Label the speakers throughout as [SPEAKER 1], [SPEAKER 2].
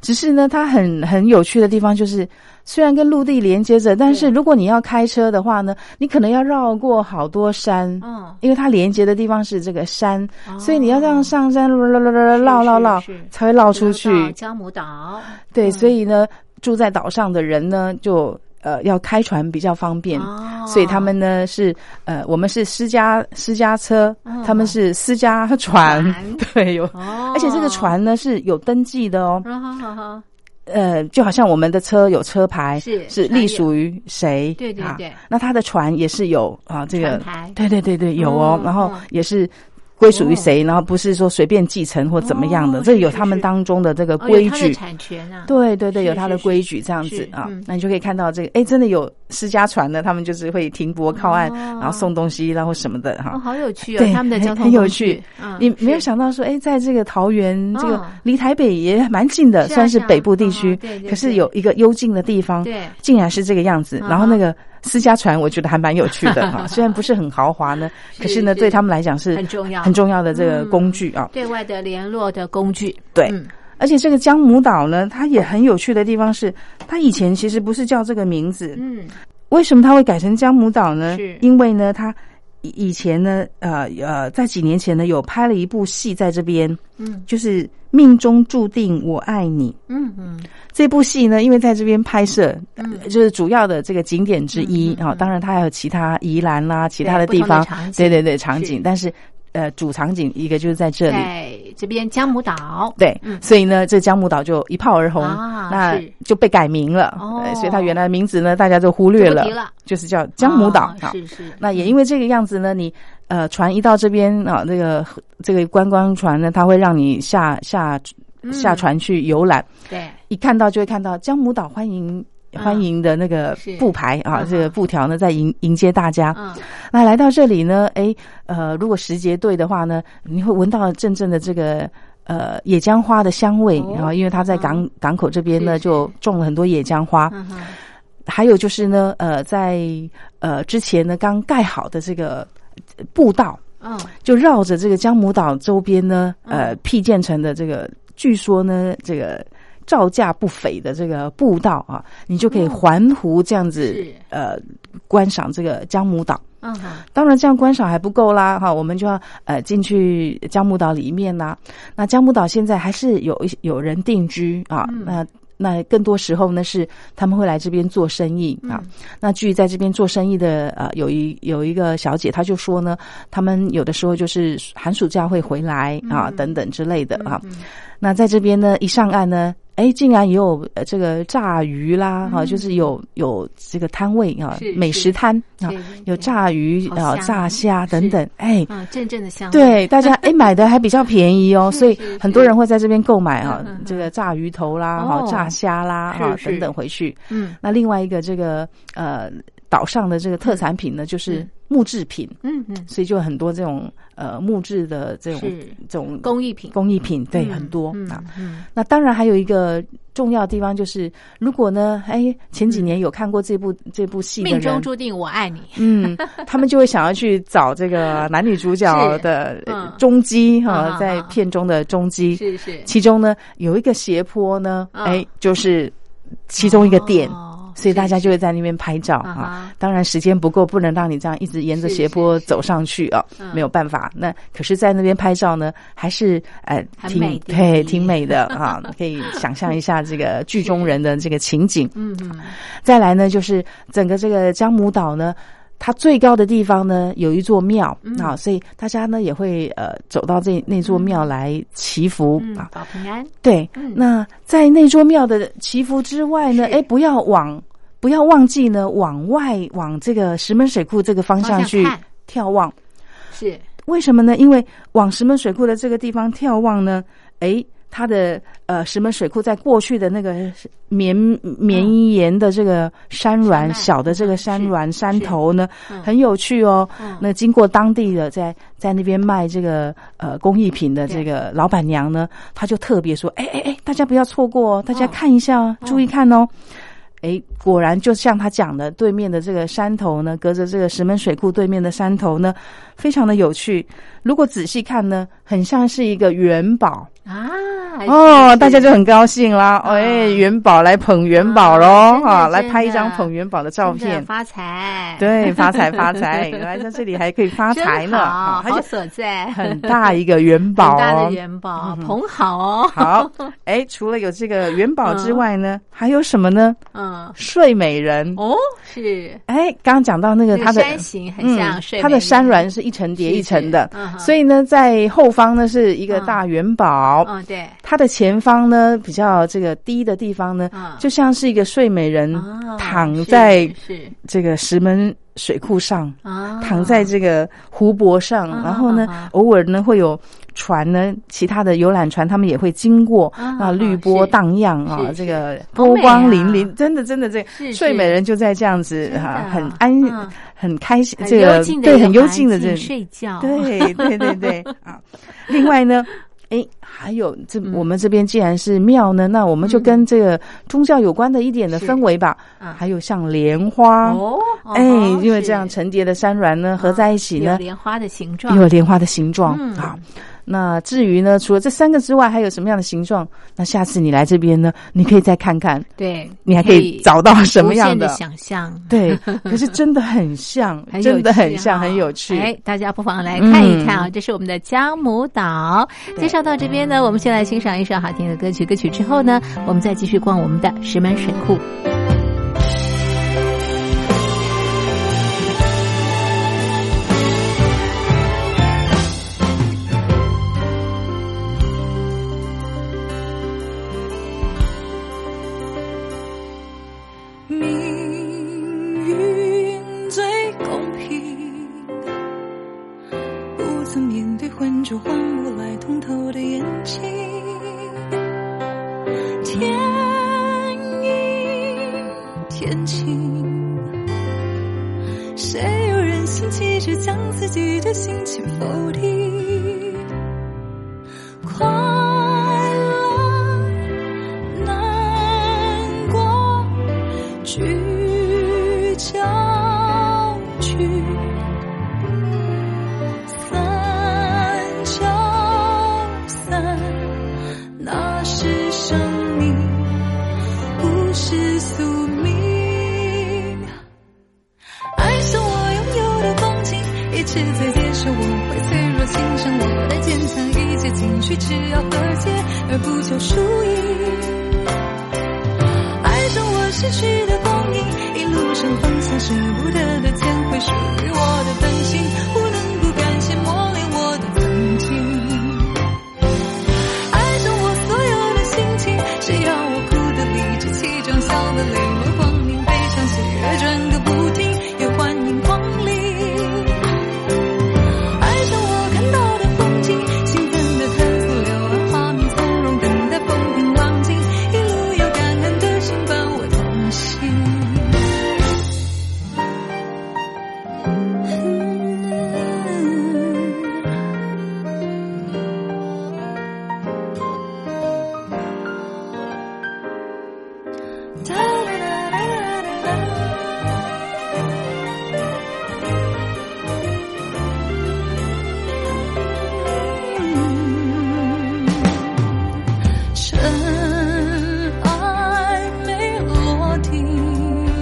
[SPEAKER 1] 只是呢，它很很有趣的地方就是，虽然跟陆地连接着，但是如果你要开车的话呢，你可能要绕过好多山，
[SPEAKER 2] 嗯，
[SPEAKER 1] 因为它连接的地方是这个山，所以你要这样上山，绕绕绕绕绕绕绕
[SPEAKER 2] 是是是，
[SPEAKER 1] 才会绕出去。
[SPEAKER 2] 姜母岛，
[SPEAKER 1] 对，所以呢，住在岛上的人呢，就呃要开船比较方便。
[SPEAKER 2] 哦
[SPEAKER 1] 所以他们呢是呃，我们是私家私家车，
[SPEAKER 2] 嗯
[SPEAKER 1] 他们是私家船，
[SPEAKER 2] 船
[SPEAKER 1] 对，有，
[SPEAKER 2] 哦，
[SPEAKER 1] 而且这个船呢是有登记的哦，
[SPEAKER 2] 嗯，好好好，
[SPEAKER 1] 呃，就好像我们的车有车牌，
[SPEAKER 2] 是
[SPEAKER 1] 是
[SPEAKER 2] 船
[SPEAKER 1] 隶
[SPEAKER 2] 有
[SPEAKER 1] 属于谁？
[SPEAKER 2] 对对
[SPEAKER 1] 啊
[SPEAKER 2] 对
[SPEAKER 1] 那他的船也是有啊，这
[SPEAKER 2] 船
[SPEAKER 1] 个
[SPEAKER 2] 牌
[SPEAKER 1] 对对对对有哦，
[SPEAKER 2] 嗯
[SPEAKER 1] 然后
[SPEAKER 2] 嗯
[SPEAKER 1] 也是。归属于谁？然后不是说随便继承或怎么样的，
[SPEAKER 2] 哦
[SPEAKER 1] 这
[SPEAKER 2] 是
[SPEAKER 1] 有
[SPEAKER 2] 是
[SPEAKER 1] 他们
[SPEAKER 2] 是
[SPEAKER 1] 当中的这个
[SPEAKER 2] 哦有
[SPEAKER 1] 规
[SPEAKER 2] 它的
[SPEAKER 1] 矩。
[SPEAKER 2] 产权啊，
[SPEAKER 1] 对对对，
[SPEAKER 2] 是
[SPEAKER 1] 有它的
[SPEAKER 2] 是是
[SPEAKER 1] 规矩这样子
[SPEAKER 2] 是
[SPEAKER 1] 啊
[SPEAKER 2] 嗯，
[SPEAKER 1] 那你就可以看到这个，哎，真的有私家船的，他们就是会停泊靠岸，
[SPEAKER 2] 哦
[SPEAKER 1] 然后送东西，然后什么的
[SPEAKER 2] 哦，
[SPEAKER 1] 哈。
[SPEAKER 2] 好有趣哦
[SPEAKER 1] 对，，
[SPEAKER 2] 他们的
[SPEAKER 1] 很
[SPEAKER 2] 交通
[SPEAKER 1] 很有
[SPEAKER 2] 工具
[SPEAKER 1] 趣，
[SPEAKER 2] 嗯
[SPEAKER 1] 你没
[SPEAKER 2] 是
[SPEAKER 1] 有想到说，哎，在这个桃园，这个
[SPEAKER 2] 嗯
[SPEAKER 1] 离台北也蛮近的，
[SPEAKER 2] 是啊
[SPEAKER 1] 算是
[SPEAKER 2] 是啊
[SPEAKER 1] 北部地
[SPEAKER 2] 嗯
[SPEAKER 1] 区
[SPEAKER 2] 嗯对，对
[SPEAKER 1] 可是
[SPEAKER 2] 对
[SPEAKER 1] 有一个幽静的地方，
[SPEAKER 2] 对
[SPEAKER 1] 竟然是这个样子。
[SPEAKER 2] 嗯
[SPEAKER 1] 然后那个私家船，我觉得还蛮有趣 的哈，虽然不是很豪华呢，可是呢，
[SPEAKER 2] 是
[SPEAKER 1] 对他们来讲是
[SPEAKER 2] 很重要
[SPEAKER 1] 很重要的这个工具啊。
[SPEAKER 2] 对外的联络的工具，
[SPEAKER 1] 对
[SPEAKER 2] 嗯
[SPEAKER 1] 而且这个姜母岛呢，它也很有趣的地方是，它以前其实不是叫这个名字，
[SPEAKER 2] 嗯，
[SPEAKER 1] 为什么它会改成姜母岛呢
[SPEAKER 2] 是？
[SPEAKER 1] 因为呢，它以以前呢，呃呃，在几年前呢，有拍了一部戏在这边，
[SPEAKER 2] 嗯，
[SPEAKER 1] 就是《命中注定我爱你》
[SPEAKER 2] 嗯嗯
[SPEAKER 1] 这部戏呢，因为在这边拍摄，
[SPEAKER 2] 嗯
[SPEAKER 1] 呃就是主要的这个景点之一啊、当然，它还有其他宜兰啦、其他的地
[SPEAKER 2] 不同
[SPEAKER 1] 方
[SPEAKER 2] 的场，景
[SPEAKER 1] 对对对，场景，
[SPEAKER 2] 是
[SPEAKER 1] 但是呃，主场景一个就是在这里。
[SPEAKER 2] 在这边姜母岛，
[SPEAKER 1] 对，
[SPEAKER 2] 嗯
[SPEAKER 1] 所以呢，这姜母岛就一炮而红，
[SPEAKER 2] 啊
[SPEAKER 1] 那
[SPEAKER 2] 是
[SPEAKER 1] 就被改名了。
[SPEAKER 2] 哦
[SPEAKER 1] 呃所以它原来名字呢，大家就忽略
[SPEAKER 2] 就
[SPEAKER 1] 了，
[SPEAKER 2] 不提了
[SPEAKER 1] 就是叫姜母岛。
[SPEAKER 2] 啊
[SPEAKER 1] 啊
[SPEAKER 2] 是是，
[SPEAKER 1] 那也因为这个样子呢，你呃船一到这边啊，这个这个观光船呢，它会让你下下
[SPEAKER 2] 嗯
[SPEAKER 1] 下船去游览，
[SPEAKER 2] 对，
[SPEAKER 1] 一看到就会看到姜母岛欢迎。
[SPEAKER 2] 嗯
[SPEAKER 1] 欢迎的那个
[SPEAKER 2] 是
[SPEAKER 1] 布牌啊，
[SPEAKER 2] 嗯
[SPEAKER 1] 这个布条呢，在迎迎接大家。
[SPEAKER 2] 嗯
[SPEAKER 1] 那来到这里呢，哎，呃，如果时节对的话呢，你会闻到阵阵的这个呃野姜花的香味
[SPEAKER 2] 哦
[SPEAKER 1] 啊，因为它在港港口这边
[SPEAKER 2] 是
[SPEAKER 1] 呢
[SPEAKER 2] 是
[SPEAKER 1] 就种了很多野姜花。
[SPEAKER 2] 嗯哼
[SPEAKER 1] 还有就是呢，呃，在呃之前呢刚盖好的这个呃步道，
[SPEAKER 2] 嗯
[SPEAKER 1] 就绕着这个姜母岛周边呢，呃
[SPEAKER 2] 嗯，
[SPEAKER 1] 辟建成的这个，据说呢，这个造价不菲的这个步道啊，你就可以
[SPEAKER 2] 嗯
[SPEAKER 1] 环湖这样子
[SPEAKER 2] 是，
[SPEAKER 1] 呃，观赏这个姜母岛。
[SPEAKER 2] 嗯哼
[SPEAKER 1] 当然，这样观赏还不够啦，哈，我们就要呃进去姜母岛里面啦。那姜母岛现在还是有一些有人定居啊，
[SPEAKER 2] 嗯
[SPEAKER 1] 那那更多时候呢是他们会来这边做生意啊。
[SPEAKER 2] 嗯
[SPEAKER 1] 那据在这边做生意的呃有一有一个小姐，她就说呢，他们有的时候就是寒暑假会回来啊、
[SPEAKER 2] 嗯
[SPEAKER 1] 等等之类的啊。
[SPEAKER 2] 嗯
[SPEAKER 1] 那在这边呢，一上岸呢，哎，竟然也有呃这个炸鱼啦，哈、
[SPEAKER 2] 嗯
[SPEAKER 1] 就是有有这个摊位啊
[SPEAKER 2] 是，
[SPEAKER 1] 美食摊啊
[SPEAKER 2] 对对，
[SPEAKER 1] 有炸鱼
[SPEAKER 2] 好
[SPEAKER 1] 啊、
[SPEAKER 2] 香
[SPEAKER 1] 炸虾
[SPEAKER 2] 是
[SPEAKER 1] 等等，哎。
[SPEAKER 2] 嗯，阵阵的香味，
[SPEAKER 1] 对，大家哎买的还比较便宜哦，
[SPEAKER 2] 是
[SPEAKER 1] 所以
[SPEAKER 2] 是
[SPEAKER 1] 很多人会在这边购买啊
[SPEAKER 2] 嗯嗯嗯，
[SPEAKER 1] 这个炸鱼头啦，
[SPEAKER 2] 哦
[SPEAKER 1] 哈，炸虾啦，哈
[SPEAKER 2] 是是
[SPEAKER 1] 等等回去。
[SPEAKER 2] 嗯
[SPEAKER 1] 那另外一个这个呃岛上的这个特产品呢，就是
[SPEAKER 2] 嗯
[SPEAKER 1] 木制品，
[SPEAKER 2] 嗯嗯，
[SPEAKER 1] 所以就很多这种呃木质的这种
[SPEAKER 2] 是
[SPEAKER 1] 这种
[SPEAKER 2] 工艺品，
[SPEAKER 1] 工艺品，对，
[SPEAKER 2] 嗯
[SPEAKER 1] 很多
[SPEAKER 2] 嗯
[SPEAKER 1] 啊。
[SPEAKER 2] 嗯
[SPEAKER 1] 那当然还有一个重要的地方就是，如果呢，哎，前几年有看过这部这部戏的
[SPEAKER 2] 嗯命中
[SPEAKER 1] 人，
[SPEAKER 2] 注定我爱你，
[SPEAKER 1] 嗯，他们就会想要去找这个男女主角
[SPEAKER 2] 是
[SPEAKER 1] 的
[SPEAKER 2] 嗯
[SPEAKER 1] 中基哈
[SPEAKER 2] 嗯，
[SPEAKER 1] 在
[SPEAKER 2] 嗯
[SPEAKER 1] 片中的中基，
[SPEAKER 2] 是是，
[SPEAKER 1] 其中呢有一个斜坡呢，
[SPEAKER 2] 嗯
[SPEAKER 1] 哎，就是其中一个点
[SPEAKER 2] 哦
[SPEAKER 1] 所以大家就会在那边拍照啊。当然时间不够，不能让你这样一直沿着斜坡走上去啊，
[SPEAKER 2] 嗯
[SPEAKER 1] 没有办法。那可是，在那边拍照呢，还是呃挺对挺美的啊，可以想象一下这个剧中人的这个情景。嗯，再来呢，就是整个这个江母岛呢。它最高的地方呢，有一座庙、嗯、啊，所以大家呢也会呃走到这那座庙来祈福、
[SPEAKER 2] 嗯、啊，保平安。
[SPEAKER 1] 对，嗯、那在那座庙的祈福之外呢，哎，不要往不要忘记呢，往外往这个石门水库这个方向去眺望。
[SPEAKER 2] 是
[SPEAKER 1] 为什么呢？因为往石门水库的这个地方眺望呢，哎。它的呃石门水库在过去的那个绵绵延的这个嗯山峦、嗯、小的这个山峦山头呢，嗯、很有趣哦。嗯、那经过当地的在在那边卖这个呃工艺品的这个老板娘呢，她就特别说：“哎哎哎，大家不要错过哦，大家看一下哦，注意看哦。”哎，果然就像他讲的，对面的这个山头呢，隔着这个石门水库对面的山头呢，非常的有趣。如果仔细看呢，很像是一个元宝
[SPEAKER 2] 啊！
[SPEAKER 1] 哦，大家就很高兴啦！哎，元宝来捧元宝喽！哈，来拍一张捧元宝的照片，
[SPEAKER 2] 发财！
[SPEAKER 1] 对，发财 发财！原来在这里还可以发财呢，啊
[SPEAKER 2] 好所在，
[SPEAKER 1] 很大一个元宝，哦嗯
[SPEAKER 2] 大的元宝，捧好哦！
[SPEAKER 1] 好，哎，除了有这个元宝之外呢，还有什么呢？嗯。睡美人
[SPEAKER 2] 嗯哦，是
[SPEAKER 1] 哎，刚刚讲到那个它的嗯
[SPEAKER 2] 山形很像睡，
[SPEAKER 1] 它的山峦是一层叠一层的，
[SPEAKER 2] 嗯
[SPEAKER 1] 所以呢，在后方呢是一个大元宝，
[SPEAKER 2] 嗯，对，
[SPEAKER 1] 它的前方呢比较这个低的地方呢，
[SPEAKER 2] 嗯
[SPEAKER 1] 就像是一个睡美人
[SPEAKER 2] 啊
[SPEAKER 1] 躺在这个石门水库上，
[SPEAKER 2] 啊
[SPEAKER 1] 躺在这个湖泊上，然后呢，偶尔呢会有。船呢？其他的游览船，他们也会经过啊，绿波荡漾啊，这个波光粼粼，真的真的，这睡美人就在这样子哈，很
[SPEAKER 2] 啊
[SPEAKER 1] 安啊
[SPEAKER 2] 嗯
[SPEAKER 1] 嗯很开心，这个对很幽静的这
[SPEAKER 2] 睡
[SPEAKER 1] 哦
[SPEAKER 2] 觉，
[SPEAKER 1] 对对对对 啊。另外呢，哎，还有这我们这边既然是庙呢，那我们就跟这个宗教有关的一点的氛围吧。还有像莲花
[SPEAKER 2] 嗯哦，
[SPEAKER 1] 哎，因为这样层叠的山峦
[SPEAKER 2] 啊
[SPEAKER 1] 呢合在一起呢，
[SPEAKER 2] 莲花的形状，
[SPEAKER 1] 有莲花的形状
[SPEAKER 2] 嗯
[SPEAKER 1] 啊。那至于呢，除了这三个之外，还有什么样的形状？那下次你来这边呢，你可以再看看，
[SPEAKER 2] 对
[SPEAKER 1] 你还可以找到什么样
[SPEAKER 2] 的想象。
[SPEAKER 1] 对，可是真的很像，真的很像，很有趣。
[SPEAKER 2] 哎，大家不妨来
[SPEAKER 3] 嗯
[SPEAKER 2] 看一看啊！这是我们的姜母岛。介绍到这边呢，我们先来欣赏一首好听的歌曲。歌曲之后呢，我们再继续逛我们的石门水库。
[SPEAKER 4] 尘埃没落定，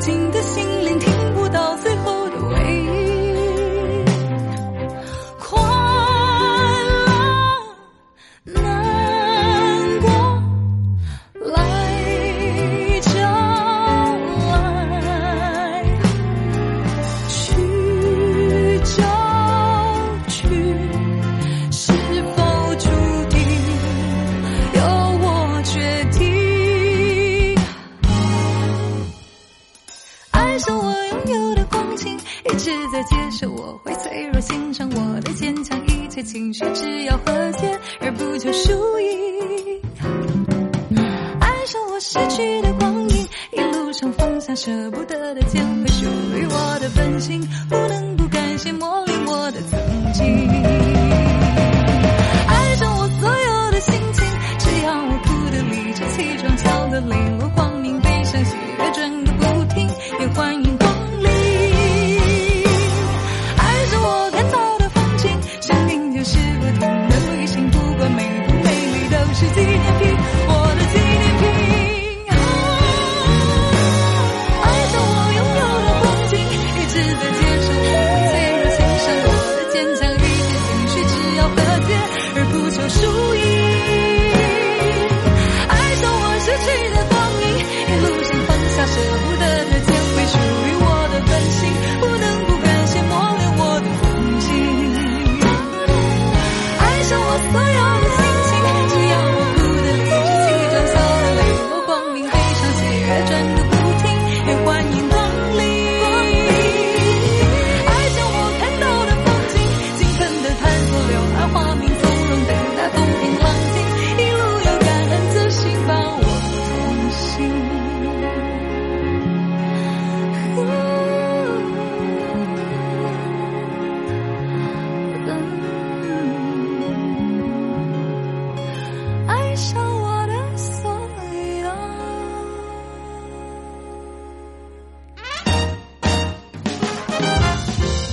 [SPEAKER 4] 进的心灵听不到最后的唯一。快乐、难过来就来，去就去，是否注定由我决定？爱上我拥有的光景，一直在接受我会脆弱，欣赏我的坚强，一切情绪只要和谐而不求输赢。爱上我失去的光阴，一路上放下舍不得的减肥，属于我的本性，不能不感谢磨砺我的曾经。爱上我所有的心情，只要我哭得理直气壮，笑得磊落光明，悲伤喜悦转个不停，也欢迎光临。爱上我干燥的风景，生命就是不停的旅行，不管美不美丽都是纪念品，我的纪念品。啊爱上我拥有的光景，一直在接受我的脆弱，欣赏我的坚强，一切情绪只要和谐而不求输赢。爱上我失去的光阴，一路上放下舍不得的减肥，属于我的本性，不能不感谢磨练我的风景。爱上我所有的心情，只要我哭得理直气壮，笑得泪目光明，悲伤喜悦转个不停，也欢迎光临。爱上我看到的风景，兴奋的探索，柳暗花明，从容等待风平浪静，一路要感恩自信，把我同行。嗯爱上我的所有。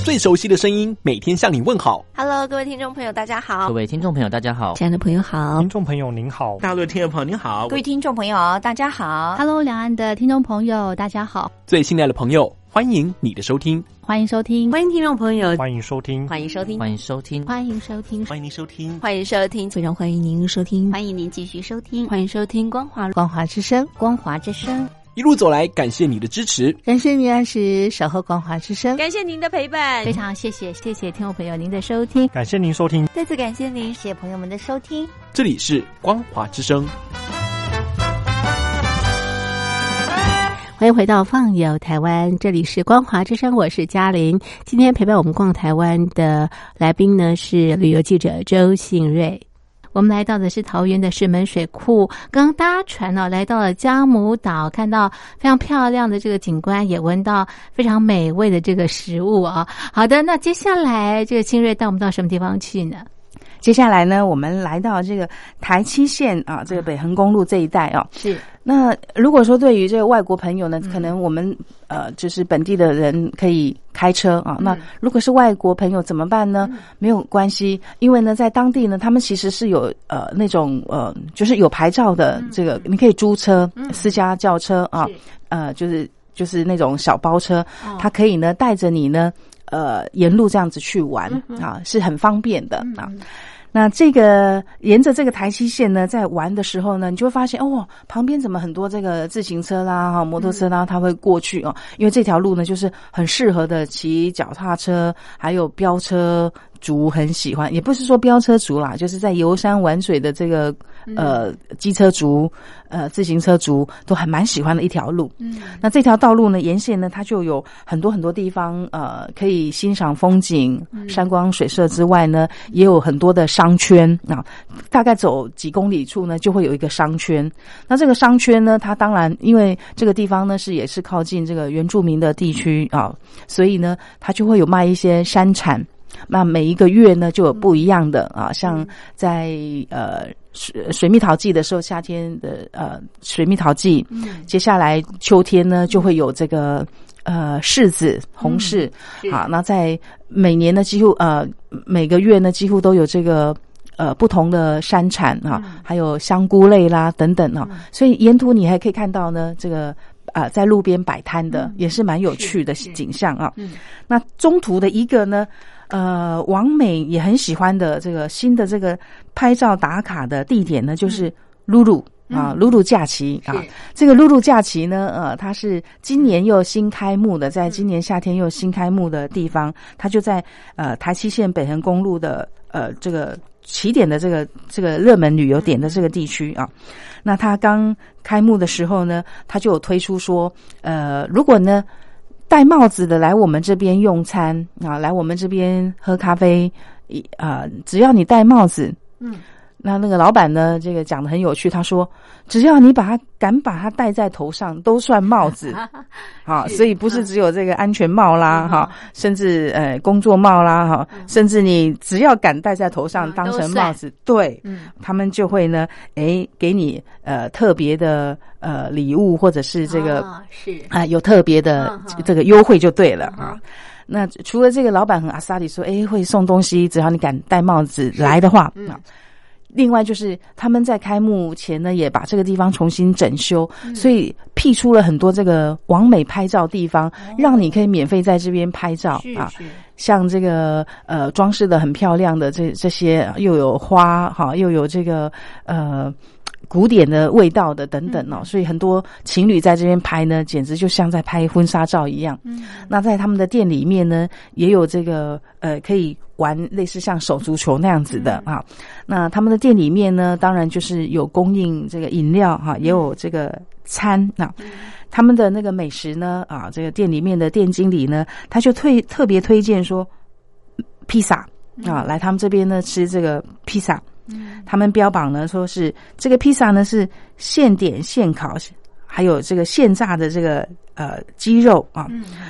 [SPEAKER 5] 最熟悉的声音，每天向你问好。
[SPEAKER 6] Hello，各位听众朋友，大家好
[SPEAKER 7] 各。位听众朋友，大家好。
[SPEAKER 2] 亲爱的朋友好
[SPEAKER 8] 听，众朋友您好，
[SPEAKER 5] 大陆的听众朋友您好，
[SPEAKER 6] 各位听众朋友，大家好。
[SPEAKER 3] Hello，两岸的听众朋友，大家好，
[SPEAKER 5] 最信赖的朋友，欢迎你的收听。
[SPEAKER 3] 欢迎收听，
[SPEAKER 6] 欢迎听众朋友，
[SPEAKER 8] 欢迎收听，
[SPEAKER 6] 欢迎收听，
[SPEAKER 7] 欢迎收听，
[SPEAKER 3] 欢迎收听，
[SPEAKER 5] 欢迎您收听，
[SPEAKER 6] 欢迎收听，非常欢迎您收听，
[SPEAKER 9] 欢迎您继续收听。
[SPEAKER 6] 欢迎收听光华
[SPEAKER 3] 光华之声。
[SPEAKER 6] 光华之声。
[SPEAKER 5] 一路走来，感谢你的支持。
[SPEAKER 3] 人生您按时守候光华之声，
[SPEAKER 6] 感谢您的陪伴
[SPEAKER 3] 非，常谢谢谢谢听众朋友您的收听。
[SPEAKER 8] 感谢您收听。
[SPEAKER 6] 再次感谢您。
[SPEAKER 9] 谢谢朋友们的收听。
[SPEAKER 5] 这里是光华之声。
[SPEAKER 2] 欢迎回到《放游台湾》，这里是光华之声，我是嘉玲。今天陪伴我们逛台湾的来宾呢是旅游记者周信瑞。
[SPEAKER 3] 我们来到的是桃园的石门水库，刚刚搭船呢、来到了嘉母岛，看到非常漂亮的这个景观，也闻到非常美味的这个食物啊、好的，那接下来这个新瑞带我们到什么地方去呢？
[SPEAKER 1] 接下来呢，我们来到这个台七线啊，这个北横公路这一带哦。
[SPEAKER 3] 是嗯
[SPEAKER 1] 那如果说对于这个外国朋友呢，可能我们呃就是本地的人可以开车啊。
[SPEAKER 3] 嗯
[SPEAKER 1] 那如果是外国朋友怎么办呢？没有关系，因为呢在当地呢，他们其实是有呃那种呃就是有牌照的这个，你可以租车、私家轿车啊
[SPEAKER 3] 嗯是，哦
[SPEAKER 1] 呃就是就是那种小包车，它可以呢带着你呢。呃，沿路这样子去玩、
[SPEAKER 3] 嗯
[SPEAKER 1] 啊，是很方便的啊。那这个沿着这个台七线呢，在玩的时候呢，你就会发现哦，旁边怎么很多这个自行车啦、哈摩托车啦，它会过去哦，因为这条路呢，就是很适合的骑脚踏车，还有飙车族很喜欢，也不是说飙车族啦，就是在游山玩水的这个呃机车族、呃自行车族都还蛮喜欢的一条路。
[SPEAKER 3] 嗯，
[SPEAKER 1] 那这条道路呢，沿线呢，它就有很多很多地方，呃，可以欣赏风景、山光水色之外呢，也有很多的商圈啊。大概走几公里处呢，就会有一个商圈。那这个商圈呢，它当然因为这个地方呢是也是靠近这个原住民的地区啊，所以呢，它就会有卖一些山产。那每一个月呢，就有不一样的啊，像在呃水水蜜桃季的时候，夏天的呃水蜜桃季，接下来秋天呢，就会有这个呃柿子、红柿，好，那在每年呢，几乎呃每个月呢，几乎都有这个。呃，不同的山嗯产啊，还有香菇类啦等等啊，所以沿途你还可以看到呢，这个啊、呃在路边摆摊的，也嗯是蛮有趣的景象啊。那中途的一个呢，呃，王美也很喜欢的这个新的这个拍照打卡的地点呢，就是露露。啊，露露假期啊，这个露露假期呢，呃，它是今年又新开幕的，在今年夏天又新开幕的地方，它就在呃台七线北横公路的呃这个起点的这个这个热门旅游点的这个地区啊。那它刚开幕的时候呢，它就有推出说，呃，如果呢戴帽子的来我们这边用餐啊，来我们这边喝咖啡，一啊、只要你戴帽子，
[SPEAKER 2] 嗯。
[SPEAKER 1] 那那个老板呢？这个讲的很有趣，他说：“只要你把它敢把它戴在头上，都算 帽子啊。”所以不是只有这个安全帽
[SPEAKER 3] 嗯
[SPEAKER 1] 啦，哈、甚至呃工作帽啦，哈、甚至你只要敢戴在头上
[SPEAKER 3] 嗯
[SPEAKER 1] 当
[SPEAKER 3] 都
[SPEAKER 1] 成
[SPEAKER 3] 算
[SPEAKER 1] 帽子，对，
[SPEAKER 3] 嗯
[SPEAKER 1] 他们就会呢，诶，给你呃特别的呃礼物，或者是这个
[SPEAKER 3] 啊是
[SPEAKER 1] 啊、有特别的
[SPEAKER 3] 嗯哼
[SPEAKER 1] 这个优惠就对了啊。那除了这个老板和阿萨里说，哎，会送东西，只要你敢戴帽子来的话
[SPEAKER 3] 嗯
[SPEAKER 1] 啊。另外就是他们在开幕前呢，也把这个地方重新整修，
[SPEAKER 3] 嗯
[SPEAKER 1] 所以辟出了很多这个完美拍照地方，
[SPEAKER 3] 哦
[SPEAKER 1] 让你可以免费在这边拍照
[SPEAKER 3] 是
[SPEAKER 1] 啊。
[SPEAKER 3] 是
[SPEAKER 1] 像这个呃装饰的很漂亮的这这些，呃又有花哈，又有这个呃古典的味道的等等哦，所以很多情侣在这边拍呢，简直就像在拍婚纱照一样。嗯，那在他们的店里面呢，也有这个呃可以玩类似像手足球那样子的、啊。那他们的店里面呢，当然就是有供应这个饮料哈、也有这个餐啊。他们的那个美食呢，啊，这个店里面的店经理呢，他就推特别推荐说，披萨啊，来他们这边呢吃这个披萨。他们标榜呢说是这个披萨呢是现点现烤，还有这个现炸的这个呃鸡肉啊。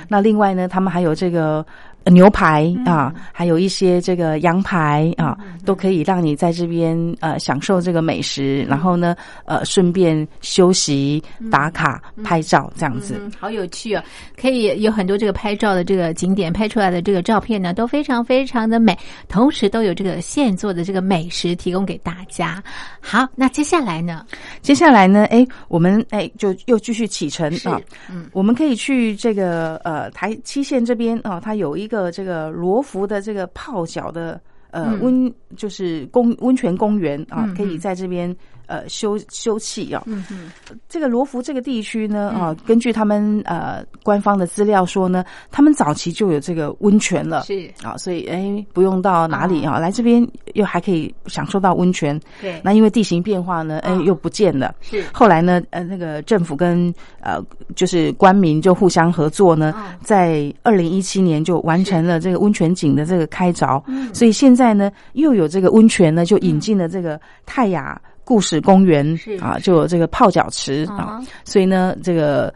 [SPEAKER 1] 那另外呢，他们还有这个呃牛排啊，还有一些这个羊排啊，都可以让你在这边呃享受这个美食，然后呢呃顺便休息、打卡、拍照这样子。
[SPEAKER 3] 嗯，好有趣哦！可以有很多这个拍照的这个景点拍出来的这个照片呢，都非常非常的美，同时都有这个现做的这个美食提供给大家。好，那接下来呢？
[SPEAKER 1] 接下来呢，哎，我们哎就又继续启程啊，
[SPEAKER 3] 嗯
[SPEAKER 1] 我们可以去这个呃台七线这边啊，它有一个这个罗浮的这个泡脚的呃、
[SPEAKER 3] 嗯
[SPEAKER 1] 温，就是公温泉公园啊，
[SPEAKER 3] 嗯嗯
[SPEAKER 1] 可以在这边呃休休憩啊。
[SPEAKER 3] 嗯嗯，
[SPEAKER 1] 这个罗浮这个地区呢，啊，根据他们呃官方的资料说呢，他们早期就有这个温泉了。
[SPEAKER 3] 是
[SPEAKER 1] 啊，所以哎，不用到哪里啊，来这边又还可以享受到温泉。
[SPEAKER 3] 对，
[SPEAKER 1] 那因为地形变化呢，哎，
[SPEAKER 3] 嗯
[SPEAKER 1] 又不见了。
[SPEAKER 3] 是
[SPEAKER 1] 后来呢，呃，那个政府跟呃，就是官民就互相合作呢，
[SPEAKER 3] 嗯
[SPEAKER 1] 在二零一七年就完成了这个温泉井的这个开凿，
[SPEAKER 3] 嗯
[SPEAKER 1] 所以现在呢，又有这个温泉呢，就引进了这个泰雅故事公园、
[SPEAKER 3] 是
[SPEAKER 1] 啊，就有这个泡脚池啊，
[SPEAKER 3] 啊，
[SPEAKER 1] 所以呢，这个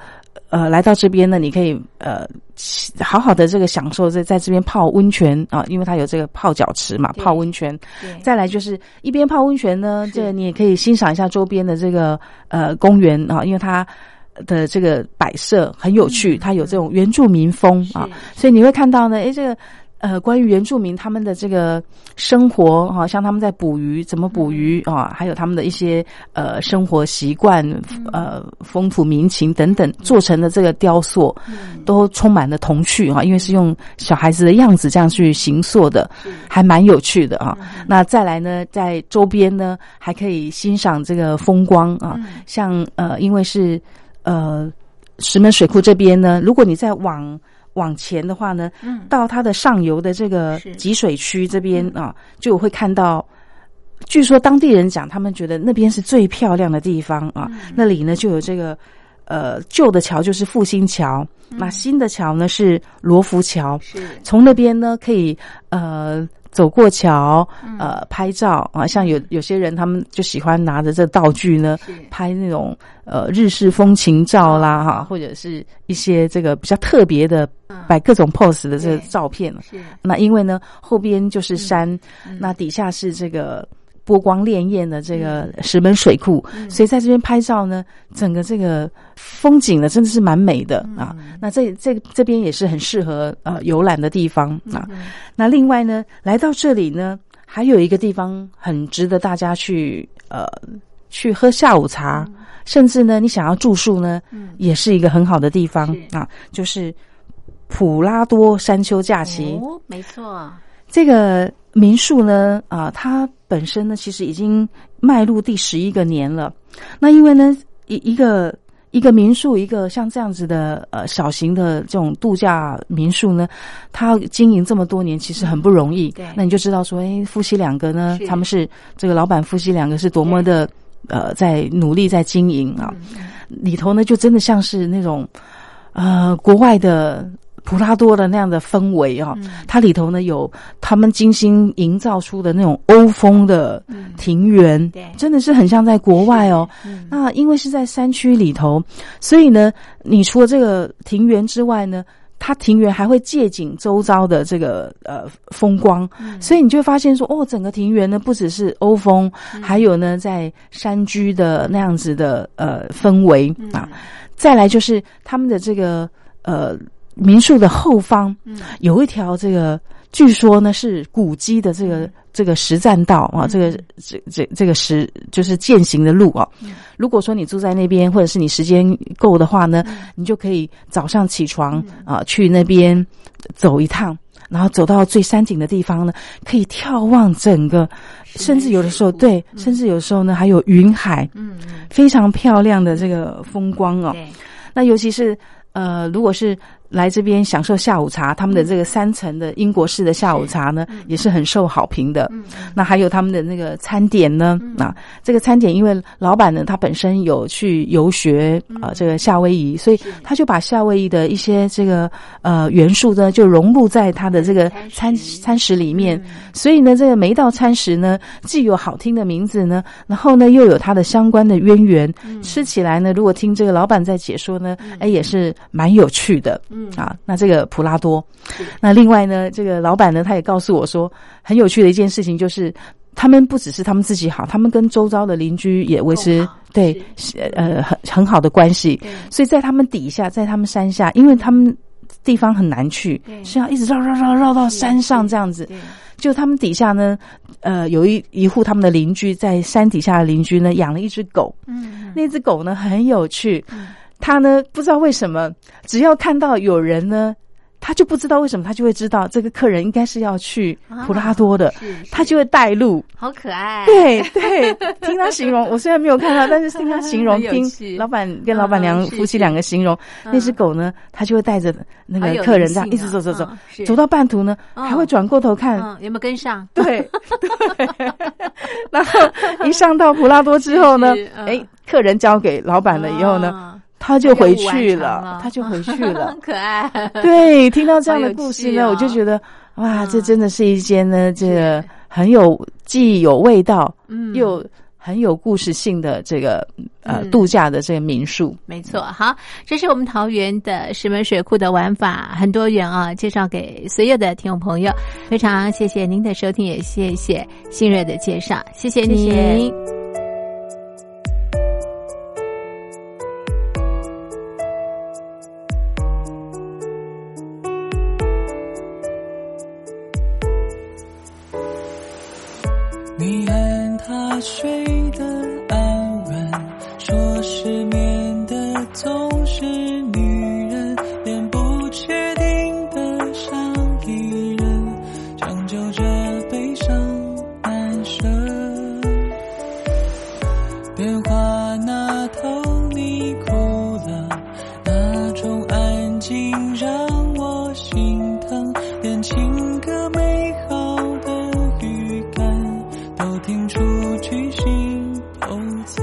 [SPEAKER 1] 呃，来到这边呢，你可以呃，好好的这个享受在在这边泡温泉啊，因为它有这个泡脚池嘛，
[SPEAKER 3] 对
[SPEAKER 1] 泡温泉。
[SPEAKER 3] 对
[SPEAKER 1] 再来就是一边泡温泉呢，
[SPEAKER 3] 是
[SPEAKER 1] 这你也可以欣赏一下周边的这个呃公园啊，因为它的这个摆设很有趣，它有这种原住民
[SPEAKER 3] 嗯
[SPEAKER 1] 风啊，所以你会看到呢，诶，这个。呃，关于原住民他们的这个生活啊，像他们在捕鱼，怎么捕鱼啊，还有他们的一些呃生活习惯、呃风土民情等等，做成的这个雕塑，都充满了童趣啊，因为是用小孩子的样子这样去形塑的，还蛮有趣的啊。
[SPEAKER 3] 嗯
[SPEAKER 1] 那再来呢，在周边呢，还可以欣赏这个风光啊，
[SPEAKER 2] 嗯
[SPEAKER 3] 嗯
[SPEAKER 1] 像呃，因为是呃石门水库这边呢，如果你再往往前的话呢，到它的上游的这个
[SPEAKER 3] 是
[SPEAKER 1] 集水区这边啊，就会看到。据说当地人讲，他们觉得那边是最漂亮的地方
[SPEAKER 2] 嗯
[SPEAKER 1] 啊，
[SPEAKER 3] 嗯
[SPEAKER 1] 那里呢就有这个。呃，旧的桥就是复兴桥，那新的桥呢是罗浮桥。
[SPEAKER 3] 是
[SPEAKER 1] 从那边呢可以呃走过桥，
[SPEAKER 2] 嗯
[SPEAKER 3] 嗯
[SPEAKER 1] 呃拍照啊，像有有些人他们就喜欢拿着这道具呢
[SPEAKER 3] 是
[SPEAKER 1] 拍那种呃日式风情照啦哈，或者是一些这个比较特别的摆各种 pose 的这个
[SPEAKER 3] 对
[SPEAKER 1] 照片。
[SPEAKER 3] 是嗯
[SPEAKER 1] 那因为呢后边就是山，那底下是这个。波光潋滟的这个石门水库，
[SPEAKER 2] 嗯
[SPEAKER 3] 嗯
[SPEAKER 1] 所以在这边拍照呢，整个这个风景呢真的是蛮美的、
[SPEAKER 2] 嗯
[SPEAKER 1] 啊。那这这这边也是很适合呃游览的地方啊。那另外呢，来到这里呢，还有一个地方很值得大家去呃去喝下午茶，甚至呢，你想要住宿呢，
[SPEAKER 3] 嗯
[SPEAKER 1] 也是一个很好的地方啊。就是普拉多山丘假期，
[SPEAKER 2] 哦，没错，
[SPEAKER 1] 这个民宿呢，啊，它本身呢，其实已经迈入第十一个年了。那因为呢，一一个一个民宿，一个像这样子的呃小型的这种度假民宿呢，它经营这么多年，其实很不容易。
[SPEAKER 2] 嗯对
[SPEAKER 1] 那你就知道说，哎，夫妻两个呢
[SPEAKER 2] 是，
[SPEAKER 1] 他们是这个老板夫妻两个是多么的呃，在努力在经营啊。
[SPEAKER 2] 嗯
[SPEAKER 3] 嗯
[SPEAKER 1] 里头呢，就真的像是那种呃国外的普拉多的那样的氛围啊、它里头呢有他们精心营造出的那种欧风的
[SPEAKER 3] 嗯
[SPEAKER 1] 庭园，
[SPEAKER 2] 对
[SPEAKER 1] 真的是很像在国外哦。那因为是在山区里头，所以呢，你除了这个庭园之外呢。它庭园还会借景周遭的这个呃风光，
[SPEAKER 3] 嗯
[SPEAKER 1] 所以你就会发现说，哦，整个庭园呢不只是欧风，还有呢在山居的那样子的呃氛围
[SPEAKER 3] 嗯
[SPEAKER 1] 啊。再来就是他们的这个呃民宿的后方，
[SPEAKER 3] 嗯
[SPEAKER 1] 有一条这个据说呢是古迹的这个这个实战道啊，这个这这这个实就是践行的路啊。如果说你住在那边，或者是你时间够的话呢，你就可以早上起床啊去那边呃走一趟。然后走到最山顶的地方呢，可以眺望整个，甚至有的时候对，甚至有的时候呢还有云海，
[SPEAKER 2] 嗯，
[SPEAKER 1] 非常漂亮的这个风光哦。
[SPEAKER 2] 对，
[SPEAKER 1] 那尤其是呃，如果是来这边享受下午茶，他们的这个三层的英国式的下午茶呢，也是很嗯受好评
[SPEAKER 2] 嗯
[SPEAKER 1] 的。那还有他们的那个餐点呢，啊，这个餐点因为老板呢他本身有去游学啊、呃这个夏威夷，所以他就把夏威夷的一些这个呃元素呢，就融入在他的这个餐餐食里面。嗯所以呢，这个每一道餐食呢，既有好听的名字呢，然后呢又有它的相关的渊源，
[SPEAKER 2] 嗯
[SPEAKER 1] 吃起来呢，如果听这个老板在解说呢，哎，也是蛮有趣的。嗯啊，那这个普拉多，那另外呢，这个老板呢，他也告诉我说，很有趣的一件事情就是。他们不只是他们自己好，他们跟周遭的邻居也维持对呃很很好的关系，所以在他们底下，在他们山下，因为他们地方很难去，是要一直绕绕绕绕到山上这样子。就他们底下呢，呃，有一一户他们的邻居在山底下的邻居呢，养了一只狗。嗯，那只狗呢很有趣，它呢不知道为什么，只要看到有人呢。它就不知道为什么，它就会知道这个客人应该是要去
[SPEAKER 2] 啊
[SPEAKER 1] 普拉多的，它就会带路。
[SPEAKER 2] 好可爱，
[SPEAKER 1] 对 对，听他形容，我虽然没有看到，但是听他形容
[SPEAKER 2] 很，有趣
[SPEAKER 1] 听老板跟老板娘
[SPEAKER 2] 嗯是嗯
[SPEAKER 1] 夫妻两个形容，那只狗呢，它就会带着那
[SPEAKER 2] 好
[SPEAKER 1] 个
[SPEAKER 2] 有
[SPEAKER 1] 客人
[SPEAKER 2] 灵
[SPEAKER 1] 这样
[SPEAKER 2] 性
[SPEAKER 1] 一
[SPEAKER 2] 啊
[SPEAKER 1] 直走走走
[SPEAKER 2] 嗯是，
[SPEAKER 1] 走到半途呢，
[SPEAKER 2] 嗯
[SPEAKER 1] 还会转过头看，
[SPEAKER 2] 嗯，有没有跟上？
[SPEAKER 1] 对 对， 然后一上到普拉多之后呢
[SPEAKER 2] 是是，嗯
[SPEAKER 1] 哎，客人交给老板了以后呢，
[SPEAKER 2] 嗯，
[SPEAKER 1] 他就回去
[SPEAKER 2] 任务完成了
[SPEAKER 1] 了，他就回去 了
[SPEAKER 2] 很。可爱，
[SPEAKER 1] 对，听到这样的故事呢，
[SPEAKER 2] 好有趣哦
[SPEAKER 1] 我就觉得哇，
[SPEAKER 2] 嗯
[SPEAKER 1] 这真的是一间呢，这个很有既有味道，
[SPEAKER 2] 嗯
[SPEAKER 1] 又很有故事性的这个呃
[SPEAKER 2] 嗯
[SPEAKER 1] 度假的这个民宿。
[SPEAKER 2] 没错，好，这是我们桃园的石门水库的玩法很多元啊，介绍给所有的听众朋友。非常谢谢您的收听，也谢谢新锐的介绍，谢谢您。
[SPEAKER 1] 谢谢
[SPEAKER 4] 你喊他睡得安稳，说失眠的总是女人，连不确定的上一人，长久着悲伤难舍。电话那头你哭了，那种安静让我心疼，连情歌美好的预感都听出居心叵测。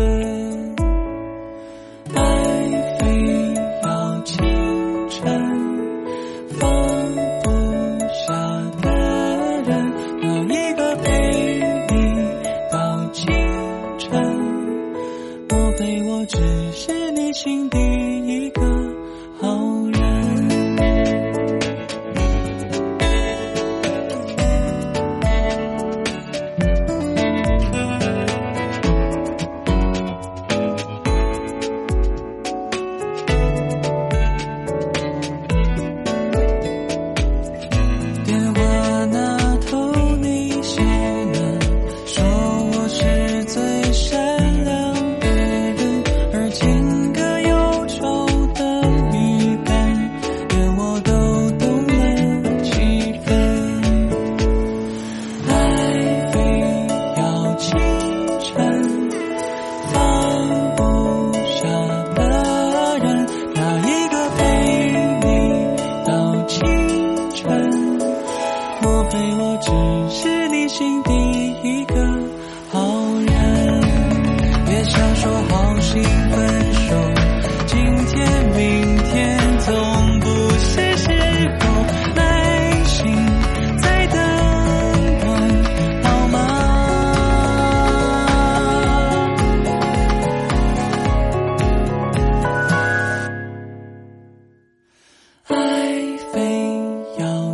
[SPEAKER 4] 爱非要清晨，放不下的人，有一个陪你到清晨。莫非我只是你心底一个好人？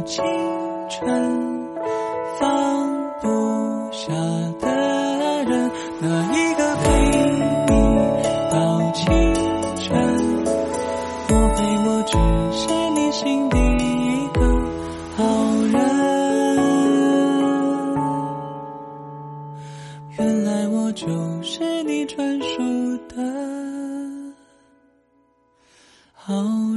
[SPEAKER 4] 沉，放不下的人，哪一个陪你到清晨？不陪我，只是你心底一个好人。原来我就是你专属的好人。